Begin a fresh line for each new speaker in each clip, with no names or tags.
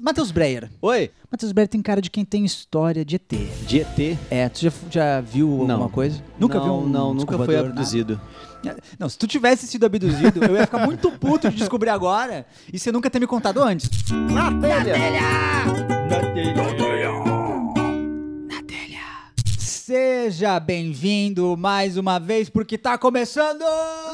Matheus Breyer.
Oi,
Matheus Breyer tem cara de quem tem história de ET.
de ET?
É, tu já, já viu alguma
Não.
coisa? Nunca
não,
viu um
Não,
disco
nunca foi
voador,
abduzido.
nada? Não, se tu tivesse sido abduzido, eu ia ficar muito puto de descobrir agora e você nunca ter me contado antes. Seja bem-vindo mais uma vez, porque tá começando...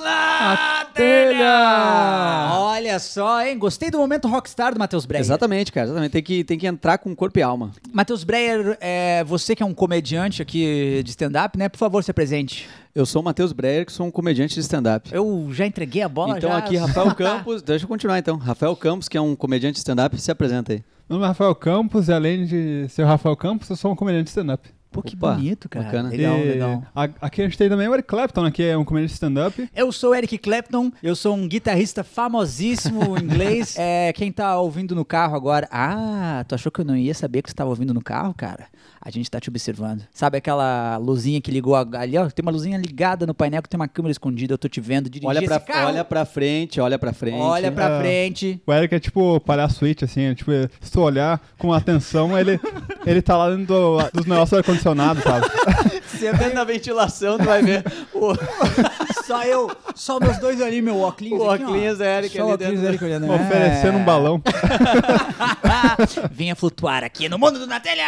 Na
telha!
Olha só, hein? Gostei do momento rockstar do Matheus Breyer.
Exatamente, cara, exatamente. Tem que, tem que entrar com corpo e alma.
Matheus Breyer, é, você que é um comediante aqui de stand-up, né? Por favor, se apresente.
Eu sou o Matheus Breyer, que sou um comediante de stand-up.
Eu já entreguei a bola
Então
já.
aqui, Rafael Campos, deixa eu continuar então. Rafael Campos, que é um comediante de stand-up, se apresenta aí.
Meu nome é Rafael Campos e além de ser o Rafael Campos, eu sou um comediante de stand-up.
Pô, que
Opa,
bonito, cara.
bacana. É.
Legal,
E
legal.
a- aqui a gente tem também o Eric Clapton, né, que é um comediante de stand-up.
Eu sou o Eric Clapton, eu sou um guitarrista famosíssimo inglês. É, quem tá ouvindo no carro agora. Ah, tu achou que eu não ia saber que tu tava ouvindo no carro, cara? A gente tá te observando. Sabe aquela luzinha que ligou ag- ali, ó? Tem uma luzinha ligada no painel que tem uma câmera escondida, eu tô te vendo dirigir
Olha
esse
pra,
carro.
olha pra frente, olha pra frente.
Olha pra
Ah.
frente.
O Eric é tipo palhaço it, assim, é tipo, se tu olhar com atenção, ele, ele tá lá dentro do- dos negócios do ar-condicionado, sabe?
Você entra na ventilação, tu vai ver o,
Só eu, só meus dois ali, meu óculos.
o óculos da Eric
Só o
ali
óculos
dentro.
da Eric né? É. olhando.
Oferecendo um balão.
Venha flutuar aqui no mundo do Natelha!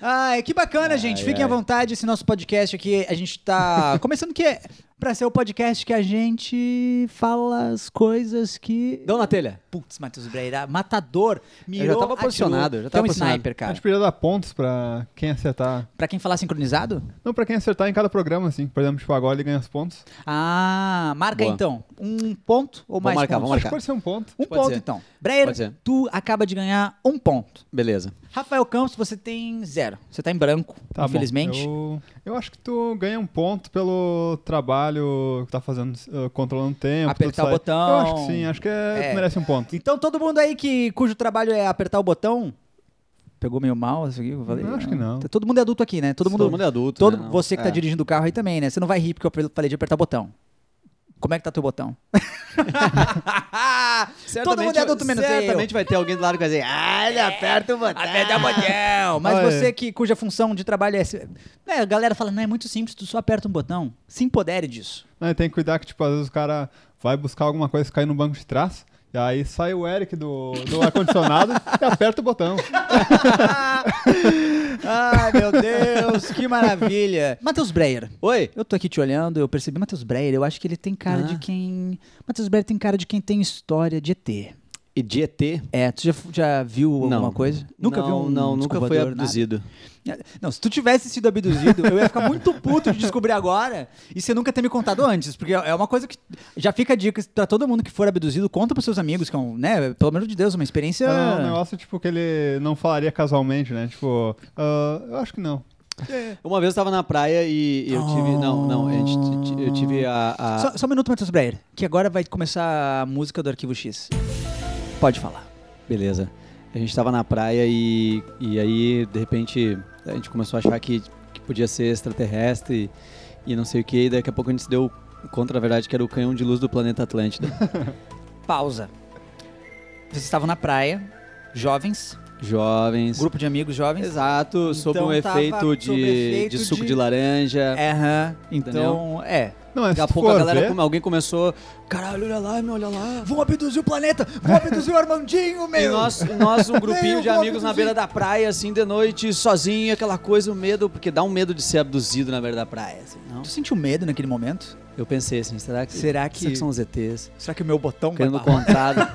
Ai, que bacana, gente. Fiquem à
ai.
vontade. Esse nosso podcast aqui, a gente tá começando que é pra ser o podcast que a gente fala as coisas que...
Dão na telha.
Putz, Matheus Breira, matador, mirou,
tava
atirou.
posicionado, eu já
Tu é
tava
um
posicionado.
sniper,
A
cara.
gente podia dar pontos pra quem acertar.
Pra quem falar sincronizado?
Não, pra quem acertar em cada programa, assim. Por exemplo, tipo, agora ele ganha os pontos.
Ah, marca
Boa.
então. Um ponto ou
Vou
mais
marcar,
pontos?
vou
Acho
marcar.
que pode ser um ponto.
Um
Pode
ponto
ser.
então. Breira,
Pode ser.
tu acaba de ganhar um ponto.
Beleza.
Rafael Campos, você tem zero. Você tá em branco,
Tá bom.
infelizmente.
Eu, eu acho que tu ganha um ponto pelo trabalho que tá fazendo, uh, controlando o tempo.
Apertar
tudo
o
sai-
botão.
Eu acho que sim, acho que é,
É.
tu merece um ponto.
Então todo mundo aí que cujo trabalho é apertar o botão. Pegou meio mal isso aqui? que Eu falei?
Não, acho que não.
Tá- Todo mundo é adulto aqui, né? Todo mundo.
Todo mundo é adulto.
todo-
né? Não.
você que tá
É.
dirigindo o carro aí também, né? Você não vai rir porque eu falei de apertar o botão. Como é que tá teu botão? todo mundo é adulto menos eu.
Certamente vai ter alguém do lado que vai dizer, ah, ele aperta o botão.
Apertar o botão! Mas
Ah, é.
você que, cuja função de trabalho é. se- Né, a galera fala, não, é muito simples, tu só aperta um botão. Se empodere disso.
Né, tem que cuidar que, tipo, às vezes o cara vai buscar alguma coisa e cai no banco de trás. E aí sai o Eric do, do ar-condicionado e aperta o botão.
Ai, Ah, meu Deus, que maravilha! Matheus Breyer.
Oi.
Eu tô aqui te olhando, eu percebi Matheus Breyer, eu acho que ele tem cara
Ah.
de quem. Matheus Breyer tem cara de quem tem história de ET.
E de ET?
É, tu já, já viu alguma
Não.
coisa? Nunca
não,
viu um
Não, nunca
descobridor,
foi
nada?
abduzido.
Não, se tu tivesse sido abduzido, eu ia ficar muito puto de descobrir agora e você nunca ter me contado antes, porque é uma coisa que já fica a dica pra todo mundo que for abduzido, conta pros seus amigos, que é um, né, pelo amor de Deus, uma experiência...
É
Ah,
um negócio, tipo, que ele não falaria casualmente, né? Tipo, ah, eu acho que não.
Uma vez eu tava na praia e eu tive. Não, não, a gente, t- eu tive a. a-
Só, só um minuto, Matheus Breyer, que agora vai começar a música do Arquivo X. Pode falar.
Beleza. A gente tava na praia e, e aí, de repente, a gente começou a achar que, que podia ser extraterrestre e, e não sei o que, e daqui a pouco a gente se deu contra, na verdade, que era o canhão de luz do planeta Atlântida.
Pausa. Vocês estavam na praia, jovens,
Jovens.
grupo de amigos jovens.
Exato, sob
Então
um
tava
efeito de,
sob efeito
de suco
de- É.
de, laranja.
Aham, então, é.
Não, mas
Daqui
se
a
tu
pouco a
for
galera,
ver,
come- alguém começou, caralho, olha lá, meu, olha lá.
Vão abduzir o planeta! Vão abduzir o Armandinho,
E nós, nós, um grupinho
eu
de
vou
amigos na
abduzir.
beira da praia, assim, de noite, sozinho, aquela coisa, o medo, porque dá um medo de ser abduzido na beira da praia, assim, não?
Tu sentiu medo naquele momento?
Eu pensei assim, será que,
Será que-
são os ETs?
Será que o meu botão
Querendo
barrar?
contado.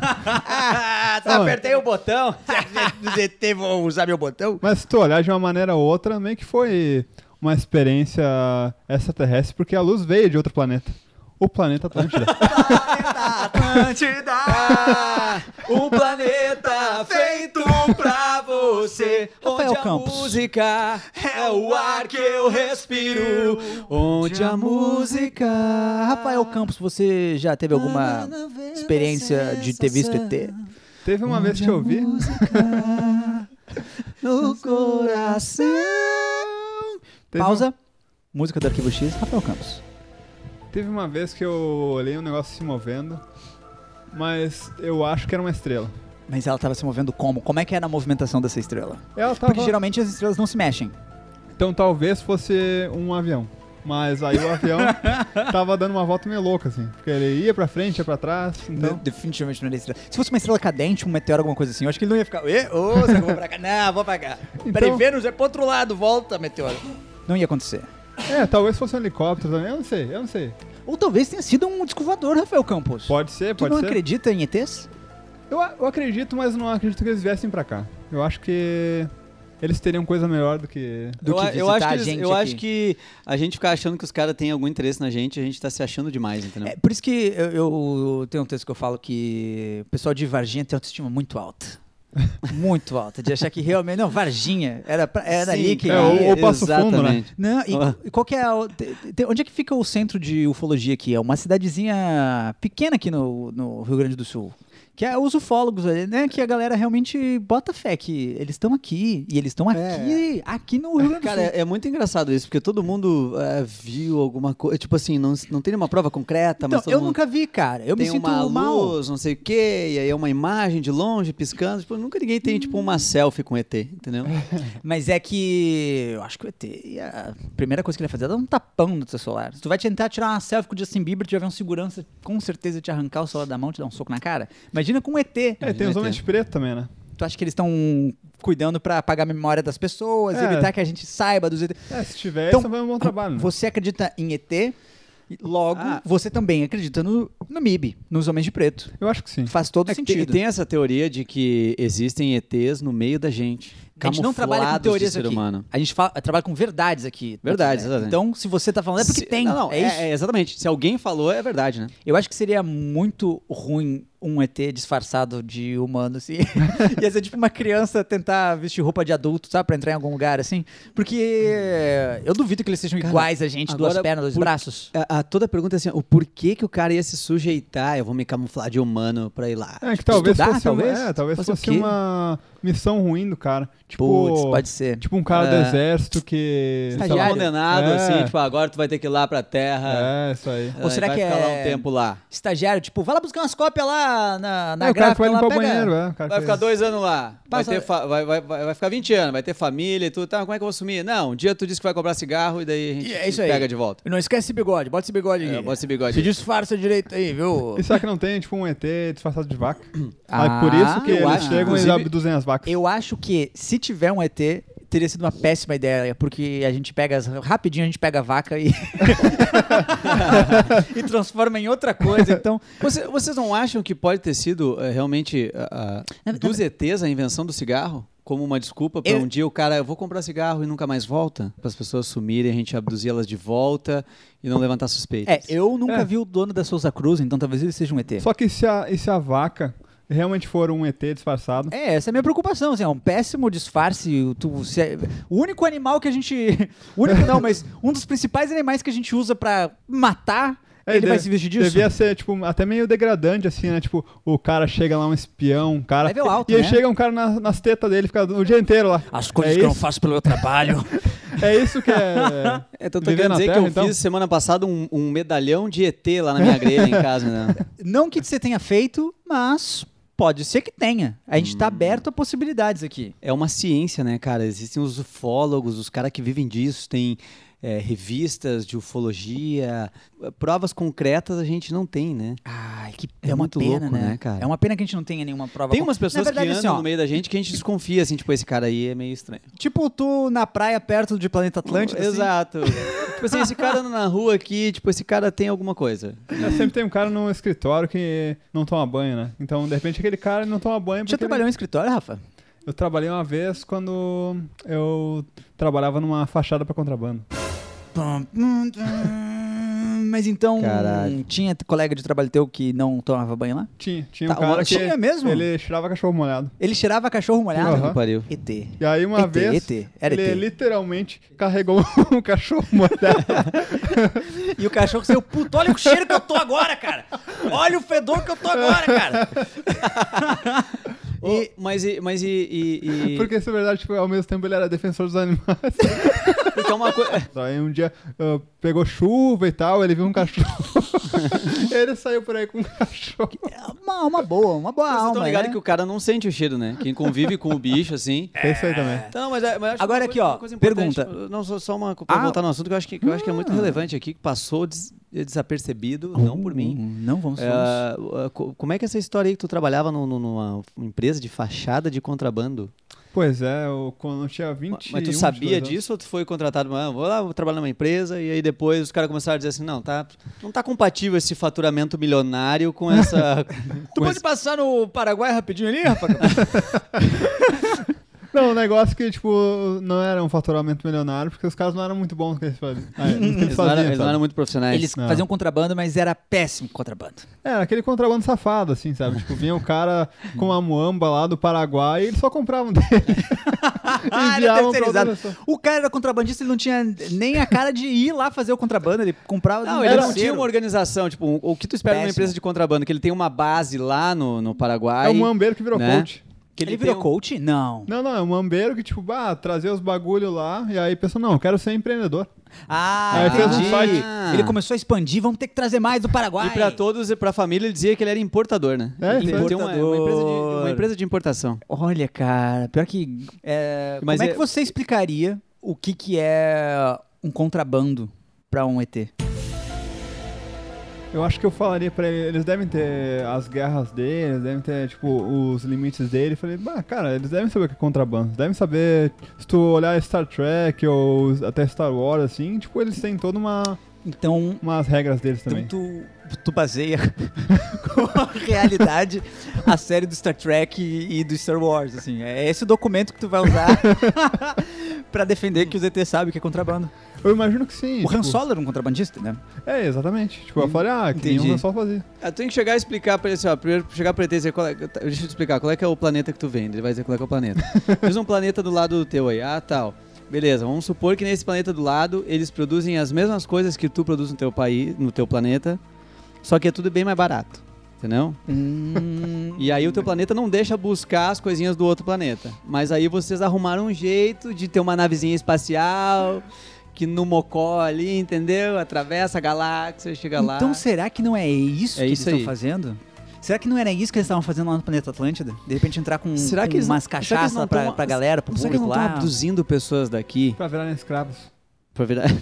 Não,
o botão.
Os ET vão usar meu botão?
Mas se tu olhar de uma maneira ou outra, meio que foi uma experiência extraterrestre, porque a luz veio de outro planeta. O planeta Atlântida.
um planeta Tá feito pra você.
Rafael
onde
Campos.
a música é o ar que eu respiro. Onde a música.
Rafael Campos, você já teve alguma experiência de ter visto ET?
Teve uma vez que eu vi.
No coração.
Teve
Pausa. Música do Arquivo X, Rafael Campos.
Teve uma um vez que eu olhei um negócio se movendo, mas eu acho que era uma estrela.
Mas ela tava se movendo como? Como é que era a movimentação dessa estrela?
Ela tava...
Porque geralmente as estrelas não se mexem.
Então talvez fosse um avião. Mas aí o avião tava dando uma volta meio louca, assim. Porque ele ia pra frente, ia pra trás.
Não,
Então,
definitivamente não era estrela. Se fosse uma estrela cadente, um meteoro, alguma coisa assim, eu acho que ele não ia ficar. Ê, ô, será que eu vou pra cá? Não, vou pra cá. Peraí,
Então-
Vênus é pro outro lado, volta, meteoro. Não ia acontecer.
é, talvez fosse um helicóptero também. Eu não sei, eu não sei.
Ou talvez tenha sido um disco voador, Rafael Campos.
Pode ser,
tu
pode
não
ser.
acredita em ETs?
Eu, a- eu acredito, mas não acredito que eles viessem pra cá. Eu acho que eles teriam coisa melhor do que.
Do
eu,
que
a- eu acho
visitar
que
a
eles-
gente
eu
aqui.
acho que a gente ficar achando que os caras têm algum interesse na gente, a gente tá se achando demais, entendeu?
É, por isso que eu, eu tenho um texto que eu falo que o pessoal de Varginha tem autoestima muito alta. muito alta. De achar que realmente. Não, Varginha. Era, pra- era ali que.
é,
ali-
ou- ou Passo Fundo, né?
exatamente.
Não, e,
Ah.
e qual que é a, te- te- Onde é que fica o centro de ufologia aqui? É uma cidadezinha pequena aqui no, no Rio Grande do Sul. Que é os ufólogos, ali, né? Que a galera realmente bota fé que eles estão aqui. E eles estão aqui, aqui no Rio Grande do
Cara,
Sul.
é, é muito engraçado isso, porque todo mundo é, viu alguma coisa. Tipo assim, não, não tem nenhuma prova concreta,
Então,
mas todo
eu
mundo
nunca vi, cara. Eu
tem
me sinto um
uma
mal.
luz, não sei o quê, e aí é uma imagem de longe piscando. Tipo, nunca ninguém tem, tipo, uma selfie com ET, entendeu?
Mas é que eu acho que o ET, ia- a primeira coisa que ele ia fazer é dar um tapão no teu celular. Se tu vai tentar tirar uma selfie com o Justin Bieber, tiver um segurança, com certeza te arrancar o celular da mão, te dar um soco na cara. Imagina com um o ET.
É, tem os homens de preto também, né?
Tu acha que eles estão cuidando pra apagar a memória das pessoas,
É.
evitar que a gente saiba dos ET.
É, se tiver,
Então,
então, vai um bom trabalho. Né?
Você acredita em ET, logo
Ah.
você também acredita no, no MIB, nos homens de preto.
Eu acho que sim.
Faz todo
É que tem-
sentido.
tem essa teoria de que existem ETs no meio da gente.
A gente não trabalha com
camuflados
teorias
de ser
aqui.
humano.
A gente fala- trabalha com verdades aqui.
Verdades,
né?
exatamente.
Então, se você tá falando, é porque
Se-
tem.
Não, não,
é,
é,
isso.
é exatamente. Se alguém falou, é verdade, né?
Eu acho que seria muito ruim um ET disfarçado de humano, assim. Ia ser tipo uma criança tentar vestir roupa de adulto, sabe? Pra entrar em algum lugar, assim. Porque eu duvido que eles sejam iguais a gente, duas
agora,
pernas, dois
por-
braços.
A, a- toda pergunta é assim: o porquê que o cara ia se sujeitar? Eu vou me camuflar de humano pra ir lá.
É, que talvez
estudar,
fosse,
talvez?
Uma, é, talvez
Fosse
fosse,
o quê?
uma missão ruim do cara. Tipo,
Puts, pode ser.
tipo um cara do
É.
exército que.
Tá
sei lá,
condenado,
É.
assim, tipo, agora tu vai ter que ir lá pra terra.
ah.
É, isso aí.
Ou será
vai
que
ficar
é-
lá um tempo lá.
Estagiário, tipo, vai lá buscar umas cópias lá na, na
é, o cara que
gráfica.
vai
lá,
limpar o
pega-
banheiro, é. O cara
Vai
que-
ficar dois anos lá. Vai,
Passa-
ter fa- vai, vai, vai, vai ficar 20 anos, vai ter família e tudo. Tá, como é que eu vou sumir? Não, um dia tu disse que vai comprar cigarro e daí a gente
E é isso aí.
pega de volta.
E Não esquece esse bigode, bota esse bigode
É,
aí.
bota esse bigode
Se
aí.
disfarça direito aí, viu?
E será que não tem, tipo, um ET disfarçado de vaca?
Ah,
Ah, por isso que
eu
eles
acho que,
chegam e
inclusive,
abduzem as vacas.
Eu acho que se tiver um ET, teria sido uma péssima ideia, porque a gente pega as- rapidinho, a gente pega a vaca e e transforma em outra coisa. Então,
Você- vocês não acham que pode ter sido eh, realmente ah, ah,
Na- na-
dos ETs a invenção do cigarro? Como uma desculpa pra
Eu-
um dia o cara, eu vou comprar cigarro e nunca mais volta? Para as pessoas sumirem, a gente abduzir elas de volta e não levantar suspeitas.
é, eu nunca vi o dono da Souza Cruz, então talvez ele seja um ET.
Só que se a, e se a vaca realmente for um ET disfarçado,
É, essa é a minha preocupação, assim, é um péssimo disfarce. tu- se é- o único animal que a gente. O único não, mas um dos principais animais que a gente usa pra matar,
É,
ele vai
deve-
se vestir disso.
Devia ser, tipo, até meio degradante, assim, né? Tipo, o cara chega lá, um espião, um cara.
Level alto,
e aí
né?
chega um cara na- nas tetas dele, fica o dia inteiro lá.
As coisas
é
que eu não
isso,
faço pelo meu trabalho.
É isso que é.
É, então tô
Viver
querendo
na
dizer que
Terra,
eu
então?
fiz semana passada um, um medalhão de ET lá na minha grelha em casa, né?
Não que você tenha feito, mas pode ser que tenha. A gente
Hum.
tá aberto a possibilidades aqui.
É uma ciência, né, cara? Existem os ufólogos, os caras que vivem disso, tem é, revistas de ufologia. eh, Provas concretas a gente não tem, né?
Ai, que
É muito louco, né, cara?
É uma pena que a gente não tenha nenhuma prova.
Tem
con-
umas pessoas
Na verdade,
que andam
assim, ó,
no meio da gente que a gente desconfia, assim, tipo, esse cara aí é meio estranho.
Tipo tu na praia perto de Planeta Atlântico. assim.
Exato. tipo assim, esse cara anda na rua aqui, tipo, esse cara tem alguma coisa.
É, sempre tem um cara no escritório que não toma banho, né? Então, de repente, aquele cara não toma banho.
Já
porque ele-
trabalhou em escritório, Rafa?
Eu trabalhei uma vez quando eu trabalhava numa fachada pra contrabando.
Pum, pum, pum. Mas então,
Caralho.
tinha colega de trabalho teu que não tomava banho lá?
Tinha, tinha um
Tá,
cara
uma-
que.
tinha mesmo?
Ele tirava cachorro molhado.
Ele cheirava cachorro molhado?
Aham.
Que pariu.
ET.
E aí, uma
ET,
vez.
ET, era
ele
ET.
literalmente carregou um cachorro molhado.
E o cachorro saiu, puto, olha o cheiro que eu tô agora, cara! Olha o fedor que eu tô agora, cara!
Ô, mas e, mas e, e- e-
porque, se é verdade, tipo, ao mesmo tempo ele era defensor dos animais.
Porque é uma coisa.
Aí um dia ah, pegou chuva e tal, ele viu um cachorro Ele saiu por aí com um cachorro.
Uma, uma boa, uma boa
Vocês estão
alma,
ligados
né?
que o cara não sente o cheiro, né? Quem convive com o bicho, assim.
Tem isso aí também.
Então, mas, é- mas eu acho que
Agora
uma
aqui,
coisa-
ó,
uma coisa importante,
pergunta.
Não, só, só uma. Pra
Ah.
voltar no assunto que eu acho que, que eu acho que é muito relevante aqui, que passou des- desapercebido, não por mim.
Hum, Não, vamos, vamos.
É, uh, co- como é que é essa história aí que tu trabalhava no- no- numa empresa de fachada de contrabando?
Pois é, eu, quando eu tinha um, 20
Mas tu sabia disso ou tu foi contratado? Ah, vou lá, vou trabalhar numa empresa e aí depois os caras começaram a dizer assim, não, tá, não tá compatível esse faturamento milionário com essa...
Tu
com
pode
esse-
passar no Paraguai rapidinho ali, rapaz?
Não, um negócio que, tipo, não era um faturamento milionário, porque os caras não eram muito bons no que eles faziam. Ah, no que eles
Eles não, eram,
faziam,
eles não
sabe?
eram muito profissionais.
Eles
Não.
faziam contrabando, mas era péssimo contrabando.
Era É, aquele contrabando safado, assim, sabe? Tipo, vinha o cara com uma muamba lá do Paraguai e eles só um compravam dele.
Ah, era
Enviavam pra outra
terceirizado.
pessoa.
O cara era contrabandista, ele não tinha nem a cara de ir lá fazer o contrabando, ele comprava
Não,
do
ele um não
terceiro.
tinha uma organização, tipo, um- o que tu espera de uma
Péssimo.
empresa de contrabando? Que ele tem uma base lá no, no Paraguai.
É um muambeiro que virou
né?
coach.
que
Ele, virou
tem um-
coach? Não.
Não, não, é um muambeiro que, tipo, bah, trazia os bagulho lá e aí pensou, não, eu quero ser empreendedor.
Ah,
Aí fez um
entendi.
site.
Ele começou a expandir, vamos ter que trazer mais do Paraguai.
E pra todos, e pra família, ele dizia que ele era importador, né?
É,
ele
isso aí.
tem uma, uma empresa de, uma empresa de importação.
Olha, cara, pior que. é,
Mas
como é,
é-
que você explicaria o que, que é um contrabando pra um ET?
Eu acho que eu falaria pra ele, eles devem ter as guerras deles, devem ter, tipo, os limites dele. Eu falei, bah, cara, eles devem saber o que é contrabando. Eles devem saber, se tu olhar Star Trek ou até Star Wars, assim, tipo, eles têm toda uma,
Então,
umas regras deles também.
então tu, tu baseia com a realidade a série do Star Trek e, e do Star Wars, assim. É esse o documento que tu vai usar pra defender que os ET sabem o que é contrabando.
Eu imagino que sim.
O Han
tipo,
Solo era um contrabandista, né?
É, exatamente. Tipo, eu falei, ah, que
Entendi.
nem o Han Solo fazia.
Ah, tu tem que chegar e explicar pra ele assim, ó. Primeiro, chegar pra ele e dizer, qual é, tá, deixa eu te explicar, qual é que é o planeta que tu vende? Ele vai dizer qual é que é o planeta. Diz um planeta do lado do teu aí. Ah, tal. Beleza, vamos supor que nesse planeta do lado eles produzem as mesmas coisas que tu produz no teu país, no teu planeta, só que é tudo bem mais barato. Entendeu?
Hum,
E aí o teu planeta não deixa buscar as coisinhas do outro planeta. Mas aí vocês arrumaram um jeito de ter uma navezinha espacial que no mocó ali, entendeu? Atravessa a galáxia, chega lá.
Então será que não é isso
É
que
isso
eles
aí.
estão fazendo? Será que não era isso que eles estavam fazendo lá no planeta Atlântida? De repente entrar com,
Será que
com
eles não-
umas
será que eles
cachaças
não
pra,
tão-
pra galera, pro
Será que
público
não estão
lá?
abduzindo pessoas daqui
Pra virarem escravos.
pra virar.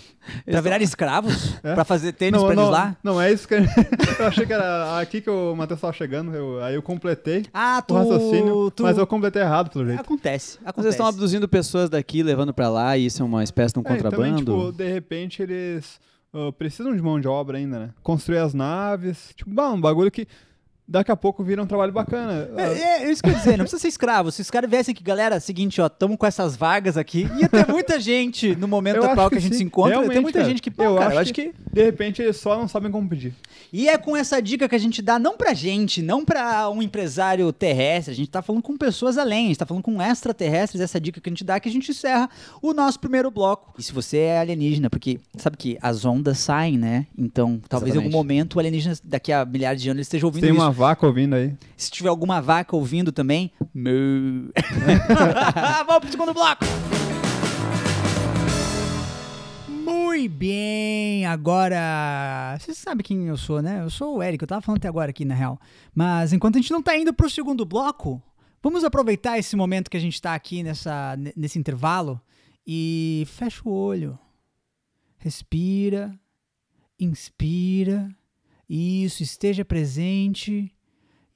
Pra virarem escravos?
É?
Pra fazer tênis pra eles
não,
lá?
não, é isso que eu achei que era aqui que o Matheus tava chegando, eu- aí eu completei
Ah, tu...
o raciocínio,
tu... É,
mas eu completei errado, pelo jeito.
Acontece, acontece.
Vocês estão abduzindo pessoas daqui, levando pra lá, e isso é uma espécie de um
É, e também,
contrabando?
tipo, de repente eles ah, precisam de mão de obra ainda, né? Construir as naves, tipo, bah, um bagulho que daqui a pouco vira um trabalho bacana.
É,
Ah,
é, é isso que eu ia dizer, não precisa ser escravo. Se os caras viessem aqui, galera, seguinte, ó, tamo com essas vagas aqui, ia ter muita gente no momento
Eu
atual
acho
que a
que
gente
sim.
se encontra, ia ter
Realmente,
muita
cara.
gente que, pô,
Eu
cara,
acho
eu acho que...
que- De repente eles só não sabem como pedir.
E é com essa dica que a gente dá, não pra gente, não pra um empresário terrestre, a gente tá falando com pessoas além, a gente tá falando com extraterrestres, essa dica que a gente dá que a gente encerra o nosso primeiro bloco. E se você é alienígena, porque sabe que as ondas saem, né? Então, talvez em algum
Exatamente.
momento o alienígena daqui a milhares de anos ele esteja ouvindo
Tem
isso.
uma vaca ouvindo aí.
Se tiver alguma vaca ouvindo também, meu. Vamos pro segundo bloco. Muito bem, agora. Você sabe quem eu sou, né? Eu sou o Eric, eu tava falando até agora aqui, na real. Mas enquanto a gente não tá indo pro segundo bloco, vamos aproveitar esse momento que a gente tá aqui nessa, ne- nesse intervalo e fecha o olho. Respira, inspira. Isso, esteja presente.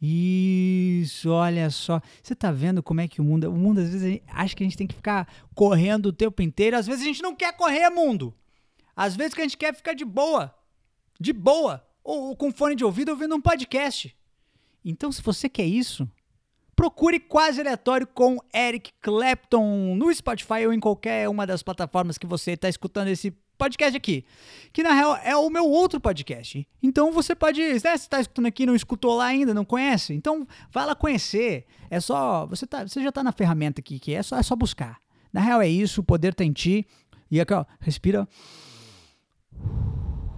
Isso, olha só. Você tá vendo como é que o mundo. O mundo, às vezes, a gente- acha que a gente tem que ficar correndo o tempo inteiro. Às vezes a gente não quer correr, mundo. Às vezes que a gente quer é ficar de boa. De boa. Ou, ou com fone de ouvido ouvindo um podcast. Então, se você quer isso, procure quase aleatório com Eric Clapton no Spotify ou em qualquer uma das plataformas que você está escutando esse podcast aqui que na real é o meu outro podcast. Então você pode, né, você tá escutando aqui, não escutou lá ainda, não conhece? Então vai lá conhecer. É só, você tá, você já tá na ferramenta aqui que é só é só buscar. Na real é isso, o poder tá em ti. E aqui, ó, respira.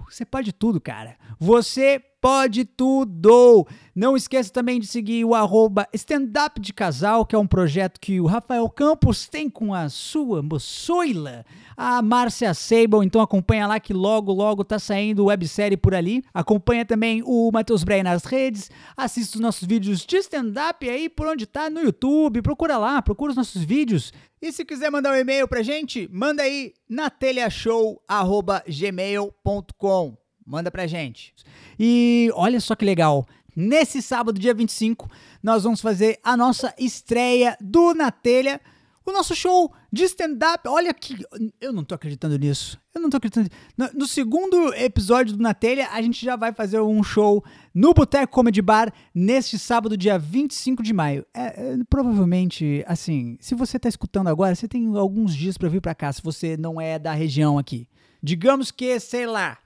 Você pode tudo, cara. Você Pode Tudo. Não esqueça também de seguir o arroba Stand Up de Casal, que é um projeto que o Rafael Campos tem com a sua moçoila, a Márcia Seibel. Então acompanha lá que logo, logo tá saindo websérie por ali. Acompanha também o Matheus Breia nas redes. Assista os nossos vídeos de stand-up aí por onde tá no YouTube. Procura lá, procura os nossos vídeos. E se quiser mandar um e-mail pra gente, manda aí na telhashow.gmail.com. Manda pra gente. E olha só que legal. Nesse sábado, dia 25, nós vamos fazer a nossa estreia do Na Telha, o nosso show de stand-up. Olha que. Eu não tô acreditando nisso. Eu não tô acreditando. No, no segundo episódio do Na Telha, a gente já vai fazer um show no Boteco Comedy Bar neste sábado, dia 25 de maio. É, é, provavelmente, assim, se você tá escutando agora, você tem alguns dias para vir para cá, se você não é da região aqui. Digamos que, sei lá,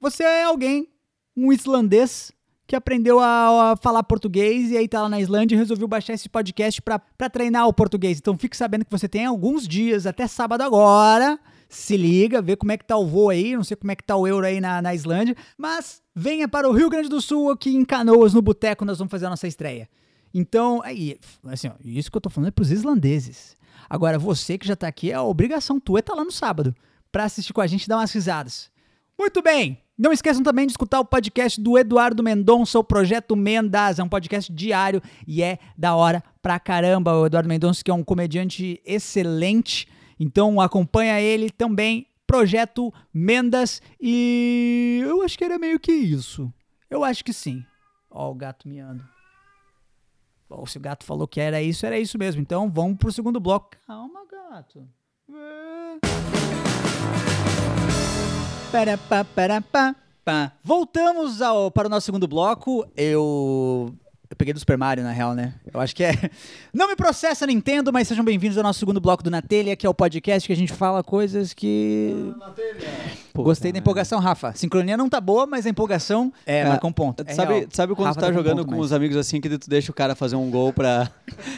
você é alguém, um islandês, que aprendeu a, a falar português e aí tá lá na Islândia e resolveu baixar esse podcast pra, pra treinar o português. Então fique sabendo que você tem alguns dias, até sábado agora. Se liga, vê como é que tá o voo aí, não sei como é que tá o euro aí na, na Islândia, mas venha para o Rio Grande do Sul, aqui em Canoas, no Boteco, nós vamos fazer a nossa estreia. Então, aí, assim, ó, isso que eu tô falando é pros islandeses. Agora, você que já tá aqui, a obrigação tua é tá lá no sábado, pra assistir com a gente e dar umas risadas. Muito bem! Não esqueçam também de escutar o podcast do Eduardo Mendonça, o Projeto Mendas. É um podcast diário e é da hora pra caramba. O Eduardo Mendonça, que é um comediante excelente. Então acompanha ele também, Projeto Mendas. E eu acho que era meio que isso. Eu acho que sim. Ó, o gato miando. Bom, se o gato falou que era isso, era isso mesmo. Então vamos pro segundo bloco. Calma, gato. Pera, pá, pera, pá, pá. Voltamos ao, para o nosso segundo bloco. Eu. Eu peguei do Super Mario, na real, né? Eu acho que é. Não me processa, Nintendo, mas sejam bem-vindos ao nosso segundo bloco do Na Telha, que é o podcast que a gente fala coisas que. Gostei da empolgação, Rafa. Sincronia não tá boa, mas a empolgação é,
Cara,
marcou um ponto. É
sabe,
real.
sabe quando
Rafa
tu tá
com um
jogando
ponto
com
mais.
os amigos assim que tu deixa o cara fazer um gol pra.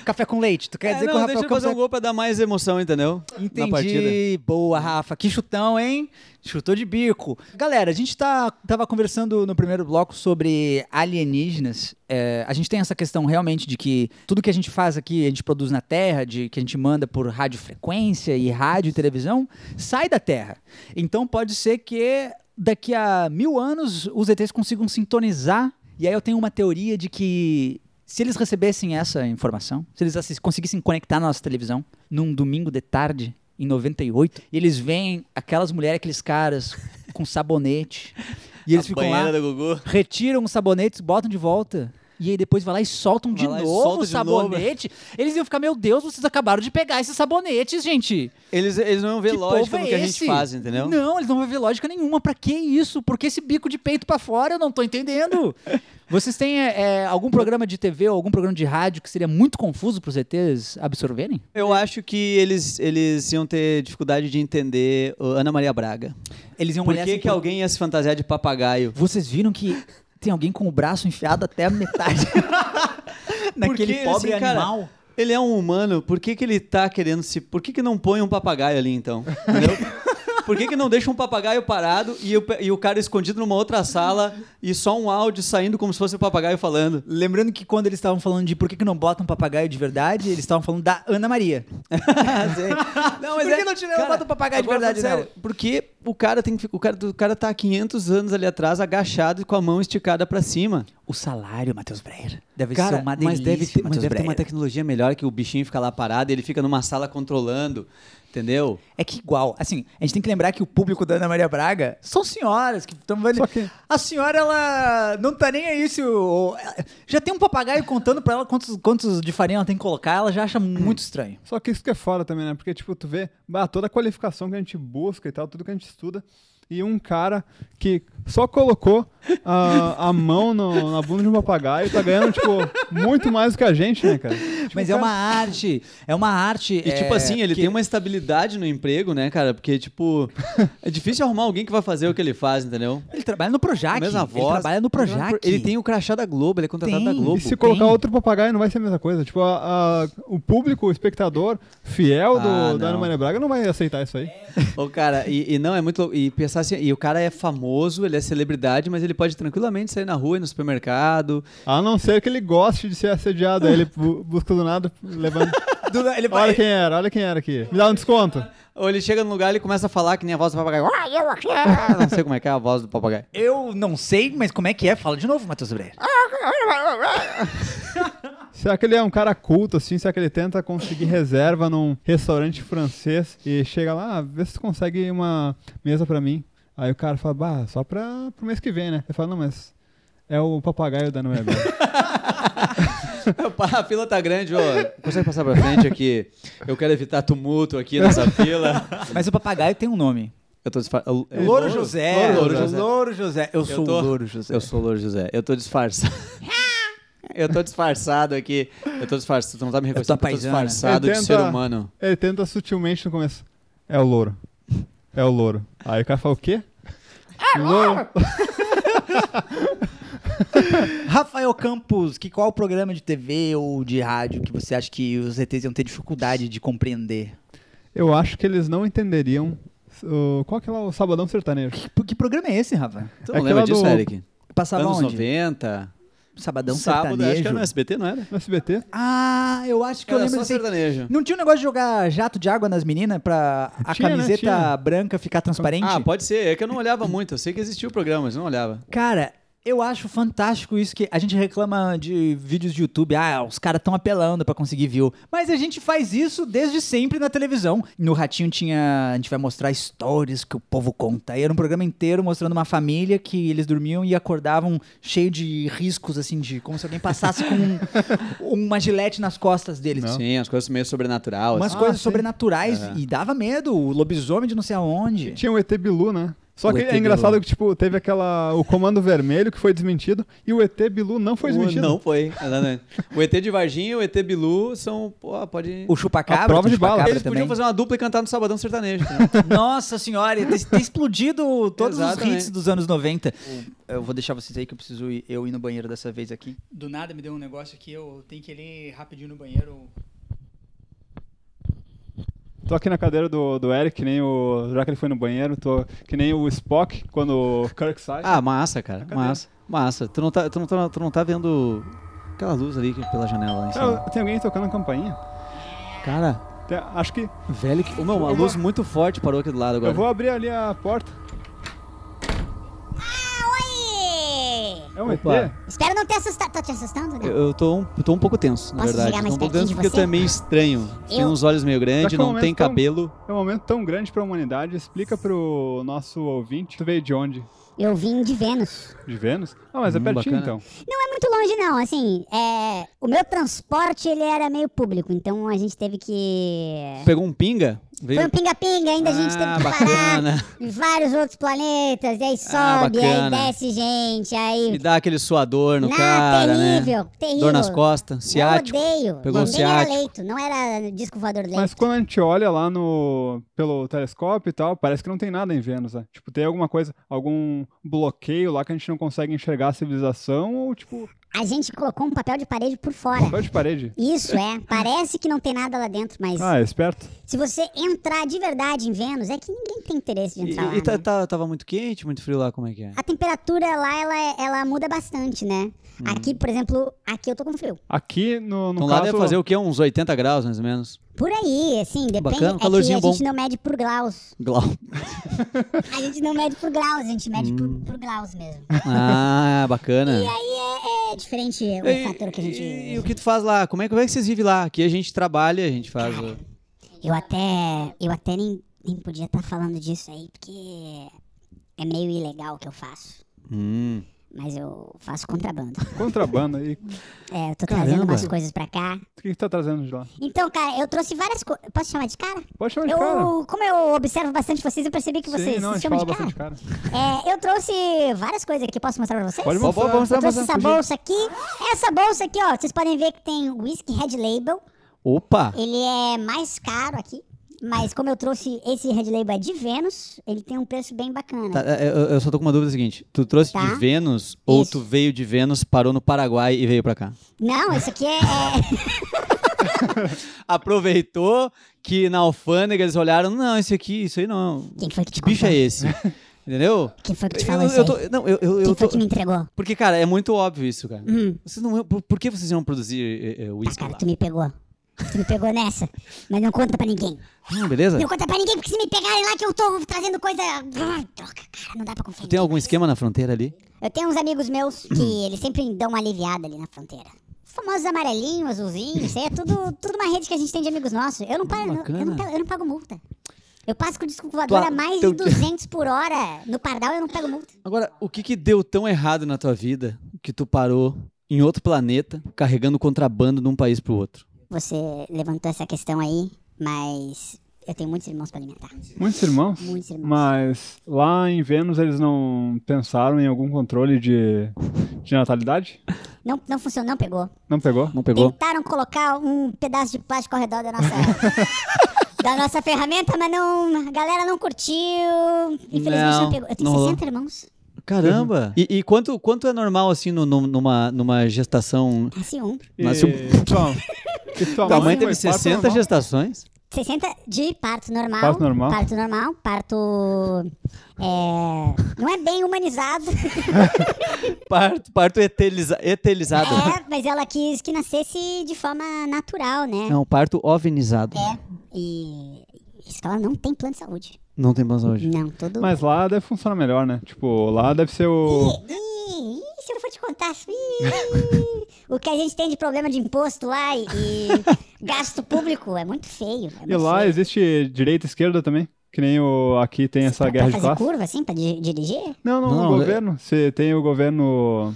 Café com leite. Tu quer
É,
dizer
não,
que o
deixa
Rafael
ele fazer um
Campos.
gol pra dar mais emoção, entendeu? Na partida.
Entendi. Boa, Rafa. Que chutão, hein? Chutou de bico. Galera, a gente tá, tava conversando no primeiro bloco sobre alienígenas. É, a gente tem essa questão realmente de que tudo que a gente faz aqui, a gente produz na Terra, de que a gente manda por radiofrequência e rádio e televisão, sai da Terra. Então pode ser que daqui a mil anos os ETs consigam sintonizar. E aí eu tenho uma teoria de que se eles recebessem essa informação, se eles assis- conseguissem conectar na nossa televisão num domingo de tarde, em 98, e eles veem aquelas mulheres, aqueles caras com sabonete, e eles
A
ficam lá,
banheira do Gugu.
retiram os sabonetes, botam de volta. E aí depois vai lá e soltam de
Vai lá e
novo
solta
o
de novo.
sabonete. Eles iam ficar, meu Deus, vocês acabaram de pegar esses sabonetes, gente.
Eles, eles não iam ver
Que
lógica
povo
no
é
que a
esse?
gente faz, entendeu?
Não, eles não vão ver lógica nenhuma. Pra que isso? Por que esse bico de peito pra fora? Eu não tô entendendo. Vocês têm é, é, algum programa de TV ou algum programa de rádio que seria muito confuso pros ETs absorverem?
Eu acho que eles, eles iam ter dificuldade de entender o Ana Maria Braga.
Eles iam assim
Por que, que alguém ia se fantasiar de papagaio?
Vocês viram que tem alguém com o braço enfiado até a metade naquele
Porque,
pobre
assim, cara,
animal?
Ele é um humano, por que, que ele tá querendo se. Por que, que não põe um papagaio ali então? Entendeu? Por que, que não deixa um papagaio parado e o, pe- e o cara escondido numa outra sala e só um áudio saindo como se fosse o papagaio falando?
Lembrando que quando eles estavam falando de por que, que não botam papagaio de verdade, eles estavam falando da Ana Maria.
Ah, não, é
Por que não tira- bota um papagaio de
agora
verdade
falando
nela?
Porque o cara tem que fi- o cara o cara tá há 500 anos ali atrás agachado e com a mão esticada pra cima.
O salário, Matheus Breyer, deve
Cara,
ser é uma delícia,
mas deve ter, mas
Matheus
deve ter uma
Breyer.
tecnologia melhor que o bichinho fica lá parado, e ele fica numa sala controlando, entendeu?
É que igual, assim, a gente tem que lembrar que o público da Ana Maria Braga são senhoras que estão vendo.
Só que-
A senhora, ela não tá nem aí se o... Já tem um papagaio contando pra ela quantos, quantos de farinha ela tem que colocar, ela já acha muito estranho.
Só que isso que é foda também, né? Porque, tipo, tu vê bah, toda a qualificação que a gente busca e tal, tudo que a gente estuda, e um cara que só colocou a, a mão no- na bunda de um papagaio tá ganhando, tipo, muito mais do que a gente, né, cara? Tipo,
Mas é
cara,
uma arte, é uma arte.
E tipo
É,
assim, ele tem uma estabilidade no emprego, né, cara? Porque, tipo, é difícil arrumar alguém que vai fazer o que ele faz, entendeu?
Ele trabalha no Projac.
A mesma voz.
Ele trabalha no Projac.
Ele tem o crachá da Globo, ele é contratado
Tem.
da Globo.
bobo,
E se colocar
tem.
outro papagaio não vai ser a mesma coisa. Tipo, a- a- o público, o espectador fiel do,
Ah,
da
não.
Ana Maria Braga não vai aceitar isso aí.
Ô, cara, e, e não, é muito louco. E pensar pensar assim, e o cara é famoso, ele é celebridade, mas ele pode tranquilamente sair na rua e no supermercado.
A não ser que ele goste de ser assediado. Aí ele bu- busca do nada, levanta.
Do na- ele
Olha quem era, olha quem era aqui. Me dá um desconto.
Ou ele chega num lugar e começa a falar que nem a voz do papagaio. "Ah, eu aqui, ah", Não sei como é que é a voz do papagaio.
Eu não sei, mas como é que é? Fala de novo, Matheus Breyer.
Ah!
Será que ele é um cara culto, assim? Será que ele tenta conseguir reserva num restaurante francês e chega lá, "Ah, vê se tu consegue uma mesa pra mim? Aí o cara fala, bah, só pra, pro mês que vem, né? Ele fala, não, mas é o papagaio da Noé Bela."
A fila tá grande, ô. Consegue passar pra frente aqui? Eu quero evitar tumulto aqui nessa fila.
Mas o papagaio tem um nome.
Eu tô disfar... eu- eu-
Louro José.
Louro José.
Louro José. Eu sou
tô-
o Louro José.
Eu sou o Louro José. Eu tô disfarçado. Eu tô disfarçado aqui. Eu tô disfarçado. Tu não tá me
tô
reconhecendo. Eu tô
paisana.
disfarçado
Ele
de ser
tenta-
humano.
ele tenta sutilmente no começo. É o louro. É o louro. Aí o cara fala, o quê? Louro.
Rafael Campos, que qual programa de TV ou de rádio que você acha que os ETs iam ter dificuldade de compreender?
Eu acho que eles não entenderiam. o- qual que é lá o Sabadão Sertanejo?
Que, que programa é esse, Rafa?
Tu
É
não lembra
aquela
disso,
do-
Eric?
Passava
Anos
Tá onde?
90.
Sabadão
sábado, acho que
sertanejo.
era no SBT, não era?
No SBT?
Ah, eu acho que eu
Era
lembro
só
desse.
sertanejo.
Não tinha um negócio de jogar jato de água nas meninas pra a
Tinha, né?
camiseta
Tinha.
branca ficar transparente?
Ah, pode ser. É que eu não olhava muito. Eu sei que existia o programa, mas não olhava.
Cara, eu acho fantástico isso que a gente reclama de vídeos de YouTube. Ah, os caras estão apelando pra conseguir view. Mas a gente faz isso desde sempre na televisão. No Ratinho tinha. A gente vai mostrar stories que o povo conta. E era um programa inteiro mostrando uma família que eles dormiam e acordavam cheio de riscos, assim, de como se alguém passasse com um- uma gilete nas costas deles. assim.
Sim, as coisas meio sobrenatural.
Umas
assim.
coisas
Ah, sim. É.
sobrenaturais e dava medo. O lobisomem de não sei aonde.
Tinha o ET Bilu, né? Só
O
que
ET
é engraçado
Bilu.
que, tipo, teve aquela. O Comando Vermelho que foi desmentido e o ET Bilu não foi
O-
desmentido.
Uh, Não foi. exatamente. o ET de Varginha e o ET Bilu são. Pô, pode.
O chupacabra.
A prova
tem
de bala.
chupacabra
Eles podiam
também.
fazer uma dupla e cantar no Sabadão Sertanejo. né?
Nossa senhora, ia ter, ter explodido todos os
Exatamente.
hits dos anos 90. Eu vou deixar vocês aí que eu preciso ir, eu ir no banheiro dessa vez aqui.
Do nada me deu um negócio que eu tenho que ir rapidinho no banheiro.
Tô aqui na cadeira do, do Eric, que nem o. Já que ele foi no banheiro, tô que nem o Spock quando o Kirk sai.
ah, massa, cara.
Cadê?
Massa. Massa. Tu não, tá, tu, não tá, tu não tá vendo aquela luz ali que- pela janela lá em cima.
Cara, tem alguém tocando campainha?
Cara,
Tem- acho que.
velho que. Ô, meu, uma
Eu
luz
vou-
muito forte parou aqui do lado agora.
Eu vou abrir ali a porta.
Oi!
É um
Opa.
ET?
Espero não ter assustado. Tô te assustando, né? não?
Eu eu tô um, eu tô um pouco tenso, na
Posso
verdade.
chegar
tô
mais
um pouco
pertinho
tenso
de
porque
você?
tu é meio estranho. Tem
Eu-
uns olhos meio
Só que
grandes,
é um
não tem
momento tão-
cabelo.
É um momento tão grande pra humanidade. Explica pro nosso ouvinte. Tu veio de onde?
Eu vim de Vênus.
De Vênus? Ah, mas é
Hum,
pertinho
bacana.
então.
Não é muito longe, não. Assim, é... o meu transporte ele era meio público, então a gente teve que.
Pegou um pinga?
Foi
Veio.
um pinga-pinga, ainda a gente teve
ah,
que parar
bacana.
em vários outros planetas, e aí
Ah,
sobe, aí
bacana.
desce gente, aí.
E dá aquele suador no
Não,
cara, né?
terrível, terrível.
Dor nas costas, ciático.
Eu odeio.
Pegou
não, nem era
ciático.
leito, não era disco voador leito.
Mas quando a gente olha lá no pelo telescópio e tal, parece que não tem nada em Vênus, né? Tipo, tem alguma coisa, algum bloqueio lá que a gente não consegue enxergar a civilização ou tipo,
A gente colocou um papel de parede por fora.
papel de parede.
Isso é, parece que não tem nada lá dentro, mas
Ah, é esperto.
Se você entrar de verdade em Vênus, é que ninguém tem interesse de
E,
entrar lá.
e tá-
né?
tá- tava muito quente, muito frio lá, como é que é?
A temperatura lá, ela, é- ela muda bastante, né?
Uhum.
Aqui, por exemplo, aqui eu tô com frio.
Aqui no, no
Então lá
caso,
deve fazer o quê? Uns 80 graus, mais ou menos.
Por aí, assim, depende.
Bacana, um
é que
calorzinho
a
bom.
gente não mede por graus.
Glau.
A gente não mede por graus, a gente mede
Hum.
por, por graus mesmo.
Ah, bacana.
É diferente o
E-
fator que a gente.
e- e o que tu faz lá? Como é, como é que vocês vivem lá? Aqui a gente trabalha, a gente faz. o-
Eu até. Eu até nem, nem podia estar falando disso aí, porque é meio ilegal o que eu faço.
Hum.
Mas eu faço contrabando.
contrabando. E o
É, eu tô
Caramba.
trazendo umas coisas pra cá.
que, que tá trazendo de lá?
Então, cara, eu trouxe várias coisas. Posso chamar de cara?
Pode chamar de cara.
Eu, como eu observo bastante vocês, eu percebi que vocês
Sim, não, a
se
gente
chamam
fala
de cara.
bastante cara.
É, eu trouxe várias coisas aqui, posso mostrar pra vocês?
Pode mostrar.
Vamos- vamos
Eu trouxe
mostrar,
essa
mostrar,
bolsa aqui. Essa bolsa aqui, ó, vocês podem ver que tem Whisky Red Label.
Opa!
Ele é mais caro aqui. Mas como eu trouxe esse Red Label é de Vênus, ele tem um preço bem bacana.
Tá, é, eu, eu só tô com uma dúvida seguinte: tu trouxe
Tá.
de Vênus ou
Isso.
tu veio de Vênus, parou no Paraguai e veio pra cá?
Não, isso aqui é, é-
Aproveitou que na alfândega eles olharam: não, isso aqui, isso aí não.
Quem foi que te
Que bicho é
comprou?
esse? Entendeu?
Quem foi que te
Eu,
falou isso
eu
aí?
tô, não, eu, eu, eu
Quem
tô.
foi que me entregou?
Porque, cara, é muito óbvio isso, cara.
Hum.
Vocês não, por, por que vocês iam produzir eh, eh,
Tá,
whisky?
cara,
lá?
tu me pegou. Tu me pegou nessa. Mas não conta pra ninguém.
Hum, beleza?
Não conta pra ninguém, porque se me pegarem lá que eu tô trazendo coisa. Ah, Droga, cara, não dá pra confiar.
Tu tem
em ninguém.
algum Hum. esquema na fronteira ali?
Eu tenho uns amigos meus que eles sempre dão uma aliviada ali na fronteira. Os famosos amarelinhos, azulzinhos, isso aí é tudo, tudo uma rede que a gente tem de amigos nossos. Eu não, pago, eu,
bacana.
não, pago- eu não pago multa. Eu passo com o disco voador
Tua-
a mais
teu-
de 200 por hora no pardal eu não pego multa.
Agora, o que que deu tão errado na tua vida que tu parou em outro planeta carregando contrabando de um país pro outro?
Você levantou essa questão aí, mas eu tenho muitos irmãos pra alimentar.
Muitos irmãos.
Muitos irmãos.
Mas lá em Vênus eles não pensaram em algum controle de, de natalidade?
Não, não funcionou, não pegou.
Não pegou?
Não pegou?
Tentaram colocar um pedaço de plástico ao redor da nossa, da nossa ferramenta, mas não, a galera não curtiu. Infelizmente não,
Não,
pegou. Eu tenho
não rolou.
60 irmãos.
Caramba! E, e quanto, quanto é normal, assim, no- no- numa, numa gestação?
Nasci um.
Mas
e,
o
tua, e tua
Tua mãe
foi
teve
parto
60
normal?
gestações?
60 de parto normal.
Parto normal?
Parto normal, parto. é, não é bem humanizado,
Parto, parto eteliza- etelizado.
é, mas ela quis que nascesse de forma natural, né?
Não, parto ovinizado.
E isso que ela não tem plano de saúde.
Não tem mais hoje.
Não, todo.
Mas lá deve funcionar melhor, né? Tipo, lá deve ser o.
Ih, ih, se eu for te contar, ih, o que a gente tem de problema de imposto lá e, e gasto público é muito feio. É
E
muito
lá
feio.
existe direita e esquerda também? Que nem o, aqui tem essa
pra,
guerra
pra
de
fazer
classe?
curva, assim, pra di- dirigir?
Não, não,
Não, é-
o governo. Você tem o governo.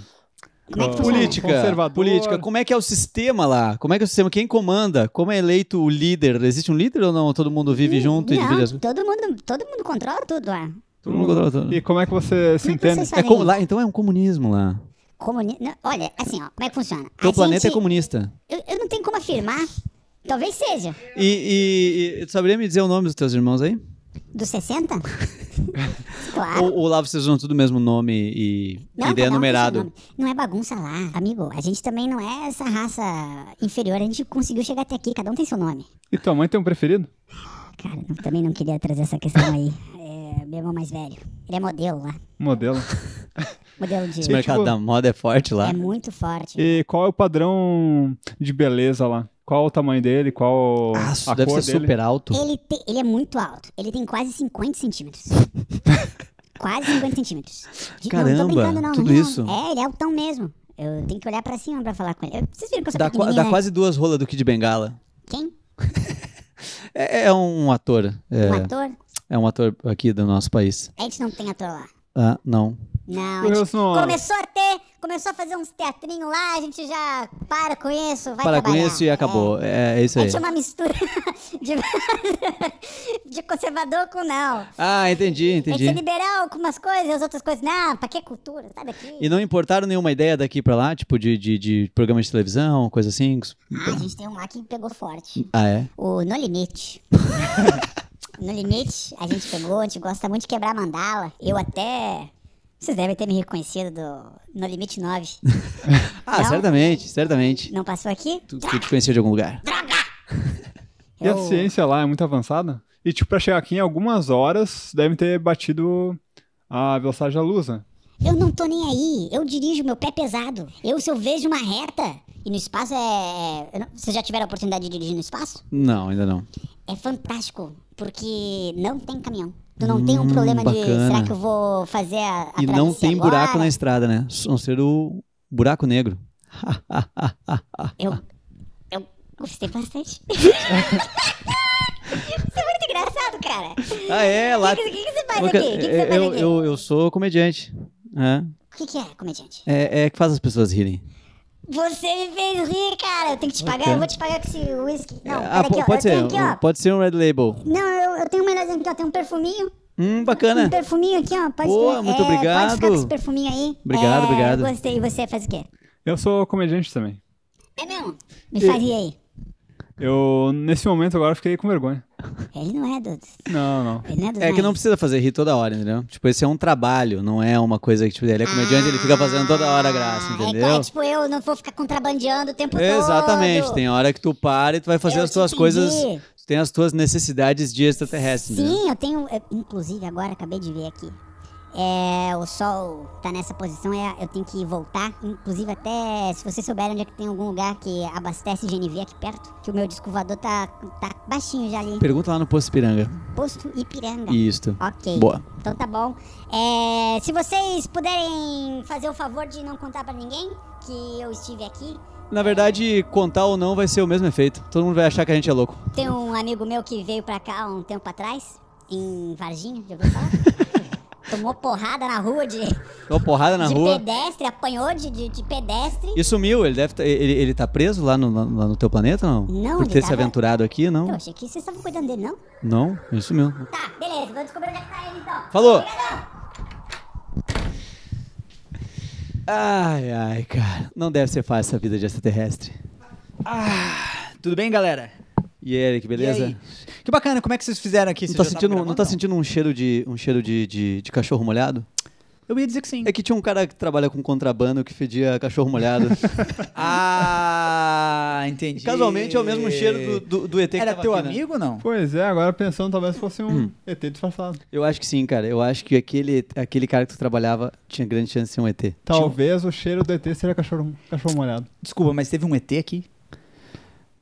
Como é que
Ah,
funciona?
Política,
Conservador.
política. Como é que é o sistema lá? Como é que é o sistema? Quem comanda? Como é eleito o líder? Existe um líder ou não? Todo mundo vive junto e divide as
Não, todo mundo, todo mundo controla tudo lá.
Todo mundo controla tudo.
E como é que você se
Como é que
entende?
vocês
É
fazem
como-
isso?
lá, então é um comunismo lá.
Comuni- não, Olha, assim, ó, como é que funciona?
Teu
A
planeta é
gente-
comunista.
eu, eu não tenho como afirmar, talvez seja,
E, e- e tu saberia me dizer o nome dos teus irmãos aí?
dos 60? claro.
Ou, ou lá vocês usam tudo o mesmo nome e,
Ah. Não,
e daí é
cada um tem seu
numerado?
nome. Não é bagunça lá, amigo. A gente também não é essa raça inferior. A gente conseguiu chegar até aqui, cada um tem seu nome.
E tua mãe tem um preferido?
Cara, eu também não queria trazer essa questão aí. É, meu irmão mais velho. Ele é modelo lá.
Modelo.
Modelo de.
Esse mercado
tipo-
da moda é forte lá.
É muito forte.
E qual é o padrão de beleza lá? Qual o tamanho dele? Qual
Ah,
a
isso deve
cor
ser
dele?
super alto.
Ele, te- ele é muito alto. Ele tem quase 50 centímetros. quase 50 centímetros. De- não
Caramba,
tô brincando, não.
tudo
real.
isso?
É, ele é altão mesmo. Eu tenho que olhar pra cima pra falar com ele. Eu- Vocês viram que eu sou
Dá, qua-
pequenininha,
dá
né?
quase duas rolas do Kid Bengala.
Quem?
É, é um ator.
Um
É,
ator?
é um ator aqui do nosso país.
A gente não tem ator lá.
Ah, não.
Não, a
Eu
gente
sou-
começou a ter, começou a fazer uns teatrinhos lá, a gente já para com isso, vai
Para com
trabalhar.
isso e acabou. É, é isso
É. A
aí.
gente é uma mistura de, de conservador com não.
Ah, entendi,
A gente é
entendi.
liberal com umas coisas, as outras coisas, não, pra que cultura, sabe aqui?
E não importaram nenhuma ideia daqui pra lá, tipo de, de, de programa de televisão, coisa assim?
Ah, a gente tem um lá que pegou forte.
Ah, é?
O No Limite. no Limite, a gente pegou, a gente gosta muito de quebrar mandala. Eu até. Vocês devem ter me reconhecido do No Limite 9.
Ah,
Não.
certamente, certamente.
Não passou aqui?
Tu, tu te conhecia de algum lugar.
E a
Eu-
ciência lá é muito avançada? E tipo, pra chegar aqui em algumas horas, devem ter batido a velocidade da luz, né?
Eu não tô nem aí. Eu dirijo, meu pé é pesado. Eu, se eu vejo uma reta, e no espaço é. eu não- Vocês já tiveram a oportunidade de dirigir no espaço?
Não, ainda não.
É fantástico, porque não tem caminhão. Tu não tem um problema
Hum, bacana.
de será que eu vou fazer a, a
E não
travessia
tem
agora?
buraco na estrada, né? A não ser o buraco negro. Ah,
Eu, eu gostei bastante. Isso é muito engraçado, cara. O
Ah, é? Lá...
que, que, que você faz
Porque-
aqui? O que, que você faz
eu,
aqui?
eu, eu sou comediante. né?
O que, que é, comediante?
É, é que faz as pessoas rirem.
Você me fez rir, cara. Eu tenho que te pagar,
Ok.
eu vou te pagar com esse whisky. Não,
Ah,
pera aqui, ó.
pode
eu
ser.
tenho aqui, ó.
Pode ser um red label.
Não, eu, eu tenho um melhorzinho aqui, ó. Tem um perfuminho.
Hum, bacana.
Um perfuminho aqui, ó. Pode
Boa, muito
é, Pode ficar
obrigado.
com esse perfuminho aí.
Obrigado,
É,
obrigado.
Eu gostei. E você faz o quê?
Eu sou comediante também.
É mesmo? Me faz rir aí.
Eu, nesse momento agora, fiquei com vergonha.
Ele não é do.
Não, não.
Ele não é do.
É que não precisa fazer rir toda hora, entendeu? Tipo, esse é um trabalho, não é uma coisa que, tipo, ele é comediante, ele fica fazendo toda hora graça, entendeu?
É, tipo, eu não vou ficar contrabandeando o
Tá
tempo todo.
Exatamente, tem hora que tu para e tu vai fazer
Eu
as
te
tuas coisas,
entendi.
tu tem as tuas necessidades de extraterrestre, né?
Sim, eu tenho. é, inclusive, agora acabei de ver aqui. é, o sol tá nessa posição, é, eu tenho que voltar. Inclusive, até se vocês souberem onde é que tem algum lugar que abastece GNV aqui perto, que o meu descovador tá, tá baixinho já ali.
Pergunta lá no Posto Piranga.
Posto Ipiranga.
Isto.
Ok.
Boa.
Então tá bom. É, se vocês puderem fazer o favor de não contar pra ninguém que eu estive aqui,
Na verdade, contar ou não vai ser o mesmo efeito. Todo mundo vai achar que a gente é louco.
Tem um amigo meu que veio pra cá um tempo atrás, em Varginha, já ouviu falar? Tomou porrada na rua de,
Deu uma porrada na
de
rua.
pedestre, apanhou de, de, de pedestre.
E sumiu, ele deve tá, ele, ele tá preso lá no, lá no teu planeta, não?
Não,
Por
ele
ter se
tava-
aventurado aqui, não?
Eu achei que vocês estavam cuidando dele, não?
Não, ele sumiu.
Tá, beleza, vou descobrir onde é que tá ele então.
Falou.
Obrigadão.
Ai, ai, cara. Não deve ser fácil essa vida de extraterrestre.
Tudo bem, galera?
E Eric, beleza?
E aí? Que bacana, como é que vocês fizeram aqui?
Não
Vocês
tá,
já estavam
sentindo, não
gravando,
tá sentindo um cheiro, de, um cheiro de, de, de cachorro molhado?
Eu ia dizer que sim.
É que tinha um cara que trabalha com contrabando que fedia cachorro molhado.
Ah, entendi.
Casualmente é o mesmo cheiro do, do, do ET que
Era
tava
teu
aqui, né?
amigo ou não?
Pois é, agora pensando, talvez fosse um ET disfarçado.
Eu acho que sim, cara. Eu acho que aquele, aquele cara que tu trabalhava tinha grande chance de ser um ET.
Tá
Talvez o cheiro do ET seja cachorro, cachorro molhado.
Desculpa, mas teve um ET aqui?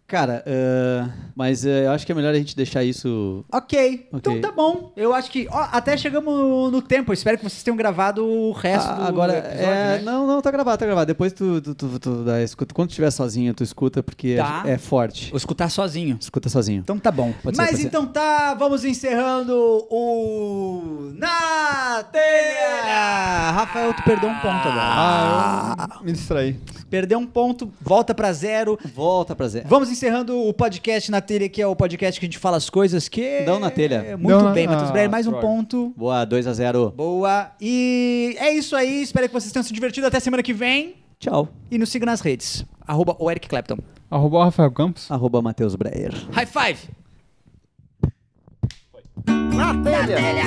Cara, ah, mas eh, eu acho que é melhor a gente deixar isso.
Ok,
Ok.
então tá bom. Eu acho que. Ó, até chegamos no tempo. Eu espero que vocês tenham gravado o resto
Ah,
do
agora,
episódio,
é,
né?
não, não, tá gravado, tá gravado. Depois tu, tu, tu, tu dá, escuta. Quando tu estiver sozinho, tu escuta, porque é-
Tá.
é, forte.
Vou escutar sozinho.
Escuta sozinho.
Então tá bom.
Pode ser,
Mas
pode ser.
então tá, vamos encerrando o. Na telha! Rafael, tu perdeu um ponto agora.
Ah, Me distraí.
Perdeu um ponto, volta pra zero.
Volta pra Zé.
Vamos encerrando o podcast na telha, que é o podcast que a gente fala as coisas que. é
Dão na telha.
Muito
Dão na-
bem, Matheus
Ah,
Breyer, mais um
droga.
ponto.
Boa, 2 a 0
Boa. E é isso aí. Espero que vocês tenham se divertido. Até semana que vem.
Tchau.
E nos siga nas redes. Arroba o Eric Clapton.
Arroba o Rafael Campos.
Arroba Matheus Breyer.
High five!
Na telha.